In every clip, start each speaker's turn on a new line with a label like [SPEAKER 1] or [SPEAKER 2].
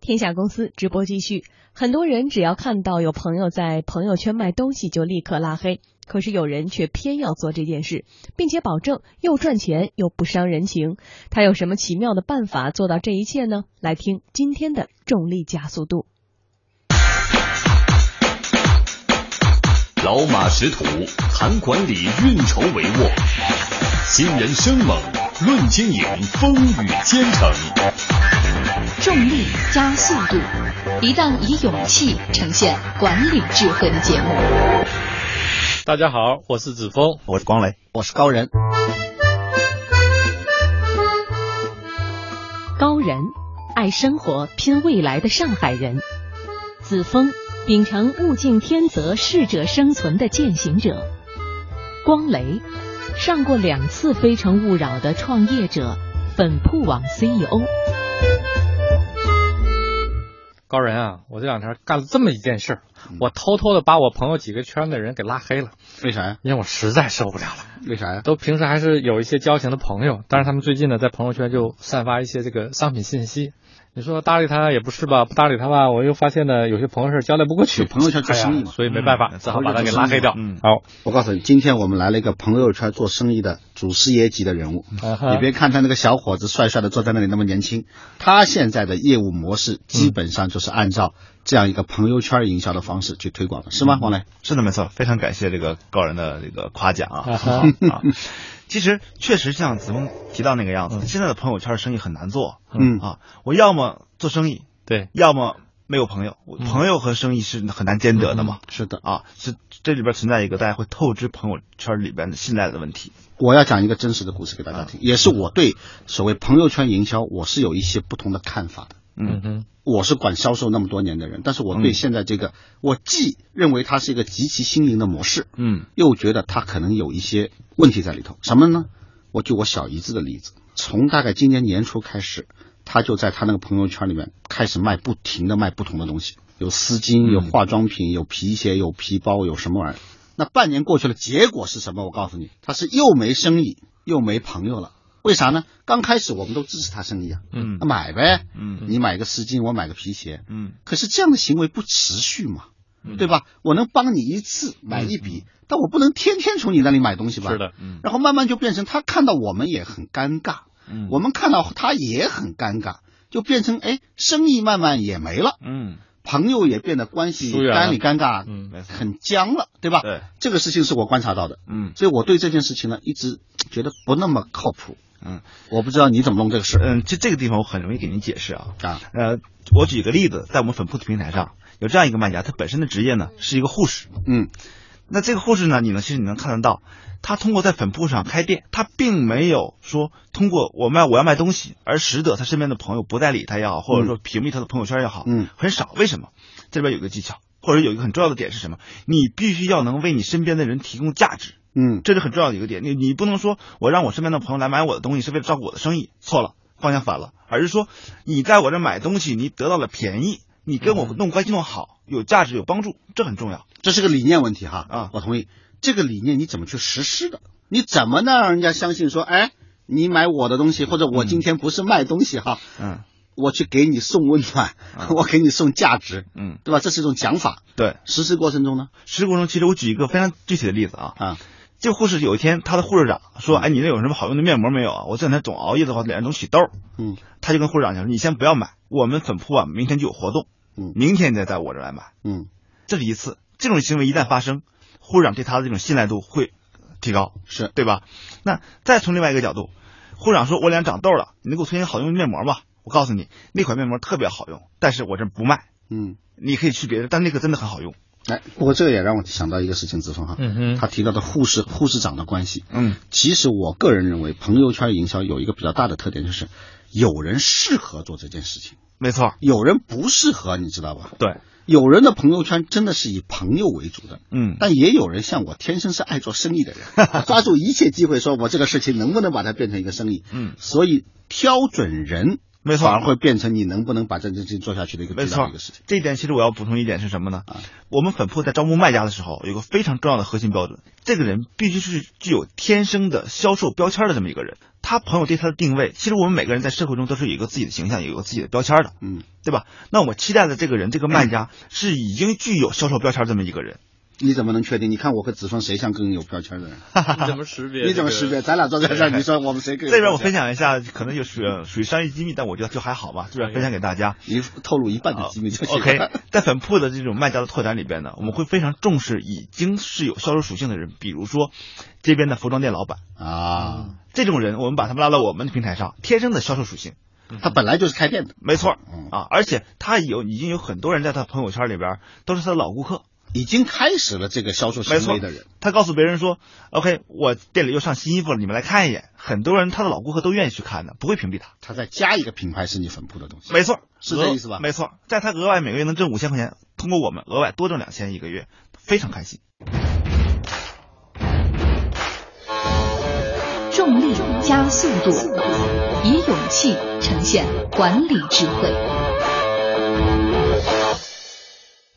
[SPEAKER 1] 天下公司直播继续。很多人只要看到有朋友在朋友圈卖东西，就立刻拉黑。可是有人却偏要做这件事，并且保证又赚钱又不伤人情。他有什么奇妙的办法做到这一切呢？来听今天的重力加速度。
[SPEAKER 2] 老马识途，谈管理，运筹帷幄；新人生猛，论经营，风雨兼程。
[SPEAKER 3] 重力加速度，一档以勇气呈现管理智慧的节目。
[SPEAKER 4] 大家好，我是子峰。
[SPEAKER 5] 我是光磊，
[SPEAKER 6] 我是高人。
[SPEAKER 1] 高人，爱生活、拼未来的上海人；子峰，秉承物竞天择、适者生存的践行者；光雷，上过两次《非诚勿扰》的创业者，本铺网 E CEO。
[SPEAKER 4] 高人啊，我这两天干了这么一件事儿，我偷偷的把我朋友几个圈的人给拉黑了，
[SPEAKER 5] 为啥呀？
[SPEAKER 4] 因为我实在受不了了。
[SPEAKER 5] 为啥呀？
[SPEAKER 4] 都平时还是有一些交情的朋友，但是他们最近呢，在朋友圈就散发一些这个商品信息。你说搭理他也不是吧，不搭理他吧，我又发现呢，有些朋友事儿交代不过去，
[SPEAKER 5] 朋友圈做生意嘛
[SPEAKER 4] 哎呀所以没办法，
[SPEAKER 5] 嗯
[SPEAKER 4] 只好把他给拉黑掉。
[SPEAKER 5] 嗯
[SPEAKER 4] 好，
[SPEAKER 6] 我告诉你，今天我们来了一个朋友圈做生意的祖师爷级的人物。
[SPEAKER 4] 嗯
[SPEAKER 5] 啊
[SPEAKER 6] 你别看他那个小伙子帅帅的坐在那里那么年轻，他现在的业务模式基本上就是按照这样一个朋友圈营销的方式去推广的，是
[SPEAKER 5] 嗯
[SPEAKER 6] 吗，王磊？
[SPEAKER 5] 是的，没错，非常感谢这个高人的这个夸奖啊！
[SPEAKER 4] 啊哈
[SPEAKER 5] 啊，其实确实像子峰提到那个样子，现在的朋友圈生意很难做
[SPEAKER 6] 嗯
[SPEAKER 5] 啊。我要么做生意，
[SPEAKER 4] 对，
[SPEAKER 5] 要么没有朋友，我朋友和生意是很难兼得的嘛。
[SPEAKER 6] 是的，
[SPEAKER 5] 啊，是这里边存在一个大家会透支朋友圈里边的信赖的问题。
[SPEAKER 6] 我要讲一个真实的故事给大家
[SPEAKER 5] 啊
[SPEAKER 6] 听，也是我对所谓朋友圈营销，我是有一些不同的看法的。
[SPEAKER 4] 嗯哼，
[SPEAKER 6] 我是管销售那么多年的人，但是我对
[SPEAKER 5] 嗯
[SPEAKER 6] 现在这个，我既认为它是一个极其新颖的模式，
[SPEAKER 5] 嗯
[SPEAKER 6] 又觉得他可能有一些问题在里头。什么呢？我举我小姨子的例子，从大概今年年初开始，她就在她那个朋友圈里面开始卖，不停的卖不同的东西，有丝
[SPEAKER 5] 嗯
[SPEAKER 6] 巾，有化妆品，有皮鞋，有皮包，有什么玩意儿。那半年过去了，结果是什么？我告诉你，她是又没生意，又没朋友了。为啥呢？刚开始我们都支持她生意啊，
[SPEAKER 4] 嗯
[SPEAKER 6] 那买呗，
[SPEAKER 5] 嗯
[SPEAKER 6] 你买个丝巾，我买个皮鞋，
[SPEAKER 5] 嗯
[SPEAKER 6] 可是这样的行为不持续嘛，
[SPEAKER 4] 嗯
[SPEAKER 6] 对吧？我能帮你一次买一笔，但我不能天天从你那里买东西吧？
[SPEAKER 4] 是。的，
[SPEAKER 6] 然后慢慢就变成他看到我们也很尴尬，
[SPEAKER 5] 嗯
[SPEAKER 6] 我们看到他也很尴尬，就变成哎，生意慢慢也没了，
[SPEAKER 5] 嗯，
[SPEAKER 6] 朋友也变得关系
[SPEAKER 4] 疏远了
[SPEAKER 6] 干里尴尬，
[SPEAKER 4] 嗯
[SPEAKER 5] 没错，
[SPEAKER 6] 很僵了，对吧？
[SPEAKER 5] 对，
[SPEAKER 6] 这个事情是我观察到的，
[SPEAKER 5] 嗯。
[SPEAKER 6] 所以我对这件事情呢，一直觉得不那么靠谱。
[SPEAKER 5] 嗯，
[SPEAKER 6] 我不知道你怎么弄这个事儿
[SPEAKER 5] 嗯，这这个地方我很容易给您解释啊。
[SPEAKER 6] 啊，
[SPEAKER 5] 呃，我举个例子，在我们粉铺的平台上有这样一个卖家，他本身的职业呢是一个护士。
[SPEAKER 6] 嗯，
[SPEAKER 5] 那这个护士呢，你能其实你能看得到，他通过在粉铺上开店，他并没有说通过我卖我要卖东西，而使得他身边的朋友不再理他也好，或者说屏蔽他的朋友圈也好，
[SPEAKER 6] 嗯，
[SPEAKER 5] 很少。为什么？这里边有个技巧，或者有一个很重要的点是什么？你必须要能为你身边的人提供价值。
[SPEAKER 6] 嗯，
[SPEAKER 5] 这是很重要的一个点。你你不能说我让我身边的朋友来买我的东西是为了照顾我的生意，错了，方向反了，而是说你在我这买东西，你得到了便宜，你跟我弄关系弄好，有价值有帮助，这很重要。
[SPEAKER 6] 这是个理念问题哈。
[SPEAKER 5] 啊
[SPEAKER 6] 我同意。这个理念你怎么去实施的？你怎么能让人家相信说，哎，你买我的东西，或者我今天不是卖东西哈，
[SPEAKER 5] 嗯
[SPEAKER 6] 我去给你送温暖， 我给你送价值，
[SPEAKER 5] 嗯，
[SPEAKER 6] 对吧？这是一种讲法。
[SPEAKER 5] 对。
[SPEAKER 6] 实施过程中呢，
[SPEAKER 5] 实施过程中，其实我举一个非常具体的例子啊，
[SPEAKER 6] 啊，
[SPEAKER 5] 这护士有一天她的护士长
[SPEAKER 6] 嗯
[SPEAKER 5] 说，哎，你那有什么好用的面膜没有啊？我这两天总熬夜的话，脸上总起痘儿。
[SPEAKER 6] 嗯
[SPEAKER 5] 她就跟护士长讲，你先不要买，我们粉铺啊，明天就有活动，
[SPEAKER 6] 嗯
[SPEAKER 5] 明天再在我这儿来买。
[SPEAKER 6] 嗯，
[SPEAKER 5] 这是一次，这种行为一旦发生，护士长对他的这种信赖度会提高，
[SPEAKER 6] 是
[SPEAKER 5] 对吧？那再从另外一个角度，护士长说我脸长痘了，你能给我推荐好用的面膜吗？我告诉你，那款面膜特别好用，但是我这不卖，
[SPEAKER 6] 嗯。
[SPEAKER 5] 你可以去别的，但那个真的很好用。
[SPEAKER 6] 哎，不过这个也让我想到一个事情，子峰哈，
[SPEAKER 4] 嗯哼
[SPEAKER 6] 他提到的护士护士长的关系，
[SPEAKER 5] 嗯，
[SPEAKER 6] 其实我个人认为，朋友圈营销有一个比较大的特点，就是有人适合做这件事情，
[SPEAKER 5] 没错，
[SPEAKER 6] 有人不适合，你知道吧？
[SPEAKER 5] 对，
[SPEAKER 6] 有人的朋友圈真的是以朋友为主的，
[SPEAKER 5] 嗯，
[SPEAKER 6] 但也有人像我，天生是爱做生意 的人，抓住一切机会，说我这个事情能不能把它变成一个生意？
[SPEAKER 5] 嗯，
[SPEAKER 6] 所以挑准人，
[SPEAKER 5] 没错
[SPEAKER 6] 反而会变成你能不能把这件事情做下去的一个
[SPEAKER 5] 没
[SPEAKER 6] 巨大的
[SPEAKER 5] 错
[SPEAKER 6] 一个事情。。啊
[SPEAKER 5] 这一点其实我要补充一点是什么呢？我们粉铺在招募卖家的时候，有一个非常重要的核心标准，这个人必须是具有天生的销售标签的这么一个人，他朋友对他的定位，其实我们每个人在社会中都是有一个自己的形象，有一个自己的标签的，
[SPEAKER 6] 嗯，
[SPEAKER 5] 对吧？那我期待的这个人，这个卖家是已经具有销售标签这么一个人，
[SPEAKER 6] 你怎么能确定？你看我和子峰谁像更有标签的 人？
[SPEAKER 4] 你怎么识别？
[SPEAKER 6] 你怎么识
[SPEAKER 4] 嗯
[SPEAKER 6] 别？？咱俩坐在这儿，你说我们谁更有
[SPEAKER 5] 这边我
[SPEAKER 6] 标签
[SPEAKER 5] 分享一下，可能就是属于商业机密，但我觉得就还好吧，这边分享给大家。
[SPEAKER 6] 你透露一半的机密就行了。
[SPEAKER 5] 啊哦 OK，在粉铺的这种卖家的拓展里边呢，我们会非常重视已经是有销售属性的人，比如说这边的服装店老板
[SPEAKER 6] 啊，
[SPEAKER 5] 这种人，我们把他们拉到我们的平台上，天生的销售属性，
[SPEAKER 6] 他本来就是开店的，
[SPEAKER 5] 没错儿
[SPEAKER 6] 嗯
[SPEAKER 5] 啊。而且他有已经有很多人在他朋友圈里边都是他的老顾客，
[SPEAKER 6] 已经开始了这个销售
[SPEAKER 5] 没
[SPEAKER 6] 行
[SPEAKER 5] 错
[SPEAKER 6] 为的人，，
[SPEAKER 5] 他告诉别人说，OK，我店里又上新衣服了，你们来看一眼。很多人他的老顾客都愿意去看的，不会屏蔽他。
[SPEAKER 6] 他再加一个品牌是你粉铺的东西。
[SPEAKER 5] 没错，
[SPEAKER 6] 是
[SPEAKER 5] 额
[SPEAKER 6] 这意思吧
[SPEAKER 5] 没错，在他额外每个月能挣五千块钱，通过我们额外多挣两千一个月，非常开心。
[SPEAKER 3] 重力加速度，以勇气呈现管理智慧。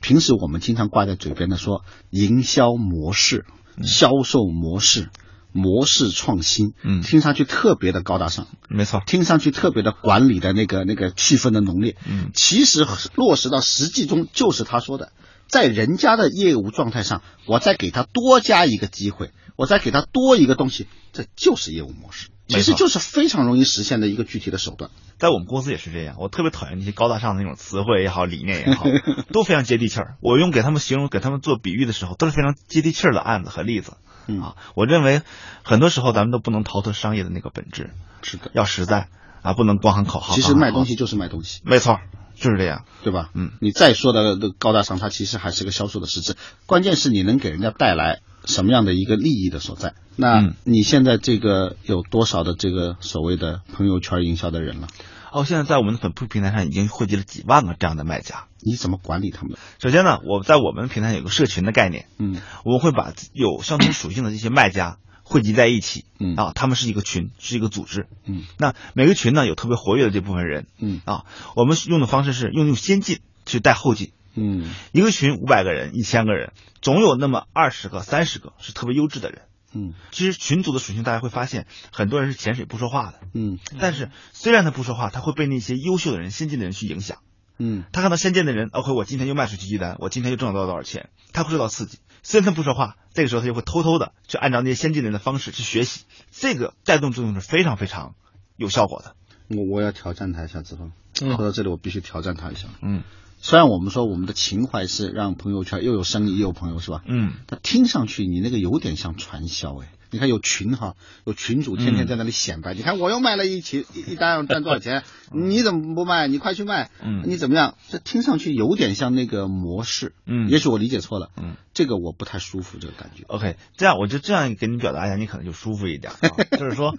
[SPEAKER 6] 平时我们经常挂在嘴边的说营销模式、销售模式、模式创新，
[SPEAKER 5] 嗯
[SPEAKER 6] 听上去特别的高大上，
[SPEAKER 5] 没错，
[SPEAKER 6] 听上去特别的管理的那个那个气氛的浓烈，
[SPEAKER 5] 嗯
[SPEAKER 6] 其实落实到实际中就是他说的，在人家的业务状态上，我再给他多加一个机会，我再给他多一个东西，这就是业务模式，
[SPEAKER 5] 没错
[SPEAKER 6] 其实就是非常容易实现的一个具体的手段。
[SPEAKER 5] 在我们公司也是这样，我特别讨厌那些高大上的那种词汇也好，理念也好，都非常接地气儿。我用给他们形容、给他们做比喻的时候，都是非常接地气儿的案子和例子。
[SPEAKER 6] 嗯
[SPEAKER 5] 啊，我认为很多时候咱们都不能逃脱商业的那个本质，
[SPEAKER 6] 是的，
[SPEAKER 5] 要实在啊，不能光喊口号。
[SPEAKER 6] 其实
[SPEAKER 5] 光喊
[SPEAKER 6] 卖东
[SPEAKER 5] 口
[SPEAKER 6] 西就是卖东西。
[SPEAKER 5] 号，没错，就是这样。
[SPEAKER 6] 对吧？
[SPEAKER 5] 嗯，
[SPEAKER 6] 你再说的高大上，它其实还是个销售的实质，关键是你能给人家带来什么样的一个利益的所在。那
[SPEAKER 5] 嗯
[SPEAKER 6] 你现在这个有多少的这个所谓的朋友圈营销的人了？
[SPEAKER 5] 哦，现在在我们的粉铺平台上已经汇集了几万个这样的卖家。
[SPEAKER 6] 你怎么管理他们的？
[SPEAKER 5] 首先呢，我在我们平台有个社群的概念，
[SPEAKER 6] 嗯，
[SPEAKER 5] 我们会把有相同属性的这些卖家汇集在一起，
[SPEAKER 6] 嗯
[SPEAKER 5] 啊，他们是一个群，是一个组织，
[SPEAKER 6] 嗯，
[SPEAKER 5] 那每个群呢有特别活跃的这部分人，
[SPEAKER 6] 嗯
[SPEAKER 5] 啊，我们用的方式是用用先进去带后进，
[SPEAKER 6] 嗯
[SPEAKER 5] 一个群五百个人、一千个人，总有那么二十个、三十个是特别优质的人。
[SPEAKER 6] 嗯
[SPEAKER 5] 其实群组的属性，大家会发现很多人是潜水不说话的，
[SPEAKER 6] 嗯
[SPEAKER 5] 但是虽然他不说话，他会被那些优秀的人、先进的人去影响。
[SPEAKER 6] 嗯
[SPEAKER 5] 他看到先进的人，OK，我今天哦又卖出去一单，我今天又挣到多少钱，他会受到刺激。虽然他不说话，这个时候他就会偷偷的去按照那些先进人的方式去学习，这个带动作用是非常非常有效果的。
[SPEAKER 6] 我我要挑战他一下，子枫。
[SPEAKER 4] 嗯
[SPEAKER 6] 说到这里，我必须挑战他一下。
[SPEAKER 5] 嗯
[SPEAKER 6] 虽然我们说我们的情怀是让朋友圈又有生意又有朋友，是吧？
[SPEAKER 5] 嗯，
[SPEAKER 6] 但听上去你那个有点像传销哎。你看有群哈，有群主天天在那里显
[SPEAKER 5] 嗯
[SPEAKER 6] 摆，你看我又卖了一期一一单赚多少钱，你怎么不卖？你快去卖，
[SPEAKER 5] 嗯
[SPEAKER 6] 你怎么样？这听上去有点像那个模式，
[SPEAKER 5] 嗯
[SPEAKER 6] 也许我理解错了，
[SPEAKER 5] 嗯，
[SPEAKER 6] 这个我不太舒服这个感觉，
[SPEAKER 5] OK，这样我就这样给你表达一下，你可能就舒服一点、啊。就是说，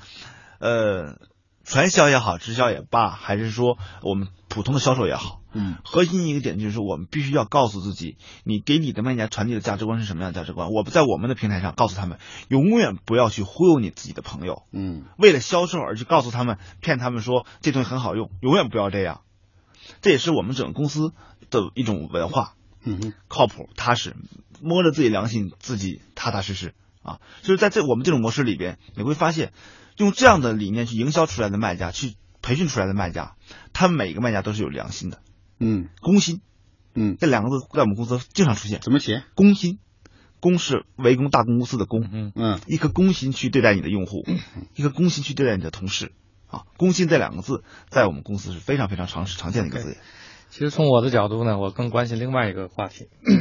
[SPEAKER 5] 呃，传销也好，直销也罢，还是说我们普通的销售也好，
[SPEAKER 6] 嗯，
[SPEAKER 5] 核心一个点就是我们必须要告诉自己，你给你的卖家传递的价值观是什么样的价值观。我们在我们的平台上告诉他们，永远不要去忽悠你自己的朋友，
[SPEAKER 6] 嗯
[SPEAKER 5] 为了销售而去告诉他们、骗他们说这东西很好用，永远不要这样。这也是我们整个公司的一种文化。
[SPEAKER 6] 嗯哼
[SPEAKER 5] 靠谱、踏实，摸着自己良心，自己踏踏实实啊。就是在这我们这种模式里边，你会发现，用这样的理念去营销出来的卖家，去培训出来的卖家，他们每个卖家都是有良心的，
[SPEAKER 6] 嗯
[SPEAKER 5] 公心
[SPEAKER 6] 嗯，
[SPEAKER 5] 这两个字在我们公司经常出现。
[SPEAKER 6] 怎么写？
[SPEAKER 5] 公心，公是围攻大公司的公，
[SPEAKER 4] 嗯
[SPEAKER 6] 嗯
[SPEAKER 5] 一颗公心去对待你的用户，一颗公心去对待你的同事。啊，公心这两个字在我们公司是非常非常常常见的一个字眼。
[SPEAKER 4] 其实从我的角度呢，我更关心另外一个话题。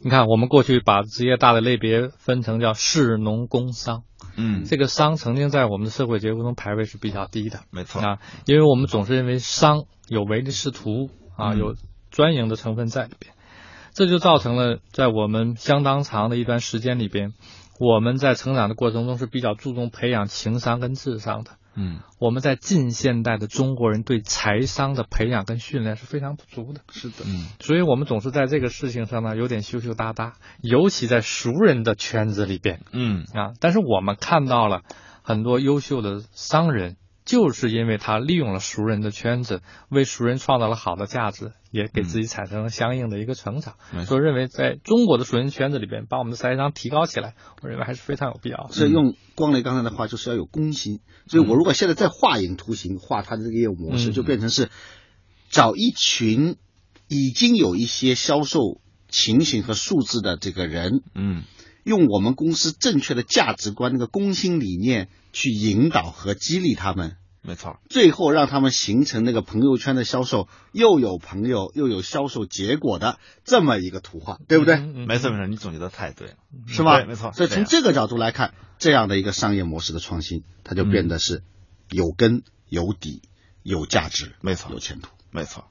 [SPEAKER 4] 你看，我们过去把职业大的类别分成叫士、农、工、商，
[SPEAKER 5] 嗯，
[SPEAKER 4] 这个商曾经在我们的社会结构中排位是比较低的。
[SPEAKER 5] 没错。
[SPEAKER 4] 啊，因为我们总是认为商有唯利是图啊，
[SPEAKER 5] 嗯
[SPEAKER 4] 有专营的成分在里边，这就造成了在我们相当长的一段时间里边，我们在成长的过程中是比较注重培养情商跟智商的。
[SPEAKER 5] 嗯，
[SPEAKER 4] 我们在近现代的中国人对财商的培养跟训练是非常不足的，是的，
[SPEAKER 5] 嗯，
[SPEAKER 4] 所以我们总是在这个事情上呢有点羞羞答答，尤其在熟人的圈子里边，
[SPEAKER 5] 嗯，
[SPEAKER 4] 啊，但是我们看到了很多优秀的商人、就是因为他利用了熟人的圈子，为熟人创造了好的价值，也给自己产生了相应的一个成长。
[SPEAKER 5] 嗯没错
[SPEAKER 4] 所以认为在中国的熟人圈子里边，把我们的财商提高起来，我认为还是非常有必要的。
[SPEAKER 6] 所以用光磊刚才的话，就是要有公心。所以我如果现在再画影图形，画他的这个业务模式，
[SPEAKER 4] 嗯
[SPEAKER 6] 就变成是找一群已经有一些销售情形和素质的这个人，
[SPEAKER 5] 嗯，
[SPEAKER 6] 用我们公司正确的价值观、那个公心理念去引导和激励他们，
[SPEAKER 5] 没错儿，
[SPEAKER 6] 最后让他们形成那个朋友圈的销售，又有朋友又有销售结果的这么一个图画，对不对？
[SPEAKER 4] 嗯嗯
[SPEAKER 5] 没错没错，你总结的太对了，
[SPEAKER 6] 是吧？
[SPEAKER 5] 嗯对没错
[SPEAKER 6] 所以
[SPEAKER 5] 这
[SPEAKER 6] 从
[SPEAKER 5] 样
[SPEAKER 6] 这个角度来看，这样的一个商业模式的创新，它就变得
[SPEAKER 5] 嗯
[SPEAKER 6] 是有根、有底、有价值、
[SPEAKER 5] 没错
[SPEAKER 6] 有前途。
[SPEAKER 5] 没错儿。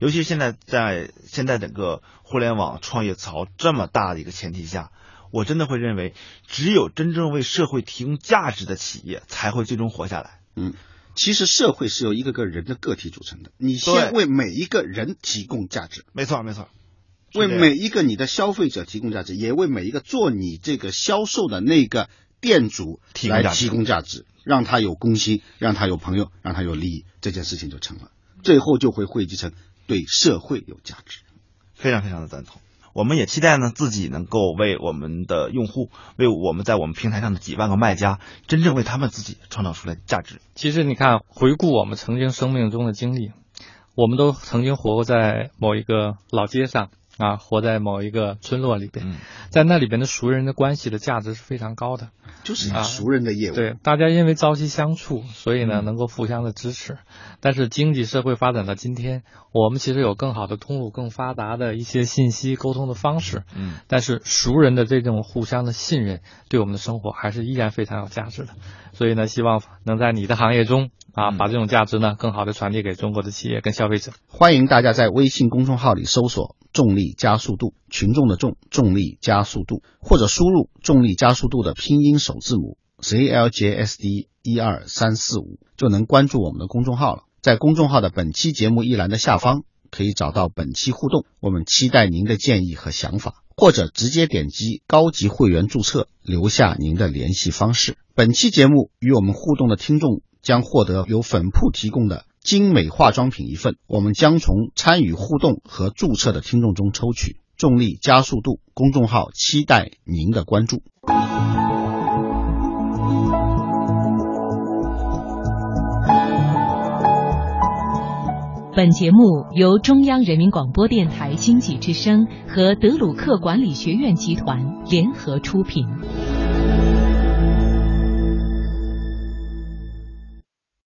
[SPEAKER 5] 尤其现在在现在整个互联网创业潮这么大的一个前提下，我真的会认为，只有真正为社会提供价值的企业才会最终活下来。
[SPEAKER 6] 嗯，其实社会是由一个个人的个体组成的，你
[SPEAKER 5] 对
[SPEAKER 6] 先为每一个人提供价值，
[SPEAKER 5] 没错儿没错儿，是
[SPEAKER 6] 为
[SPEAKER 5] 这样
[SPEAKER 6] 每一个你的消费者提供价值，也为每一个做你这个销售的那个店主
[SPEAKER 5] 提供
[SPEAKER 6] 来
[SPEAKER 5] 价值
[SPEAKER 6] 提供价值，让他有公心，让他有朋友，让他有利益，这件事情就成了，最后就会汇集成对社会有价值。
[SPEAKER 5] 非常非常的赞同。我们也期待呢，自己能够为我们的用户，为我们在我们平台上的几万个卖家，真正为他们自己创造出来价值。
[SPEAKER 4] 其实你看，回顾我们曾经生命中的经历，我们都曾经活在某一个老街上啊，活在某一个村落里边，
[SPEAKER 5] 嗯
[SPEAKER 4] 在那里边的熟人的关系的价值是非常高的。
[SPEAKER 6] 就是
[SPEAKER 4] 啊
[SPEAKER 6] 你熟人的业务，嗯
[SPEAKER 4] 对，大家因为朝夕相处，所以呢能够互相的支持。但是经济社会发展到今天，我们其实有更好的通路、更发达的一些信息沟通的方式。
[SPEAKER 5] 嗯，
[SPEAKER 4] 但是熟人的这种互相的信任，对我们的生活还是依然非常有价值的。所以呢，希望能在你的行业中啊，
[SPEAKER 6] 嗯
[SPEAKER 4] 把这种价值呢更好的传递给中国的企业跟消费者。
[SPEAKER 6] 欢迎大家在微信公众号里搜索“重力加速度”，群众的众，重力加速度，或者输入“重力加速度”的拼音首字母 z l j s d 一二三四五，就能关注我们的公众号了。在公众号的本期节目一栏的下方，可以找到本期互动，我们期待您的建议和想法，或者直接点击高级会员注册，留下您的联系方式。本期节目与我们互动的听众将获得由粉铺提供的精美化妆品一份，我们将从参与互动和注册的听众中抽取。重力加速度公众号期待您的关注。
[SPEAKER 3] 本节目由中央人民广播电台经济之声和德鲁克管理学院集团联合出品。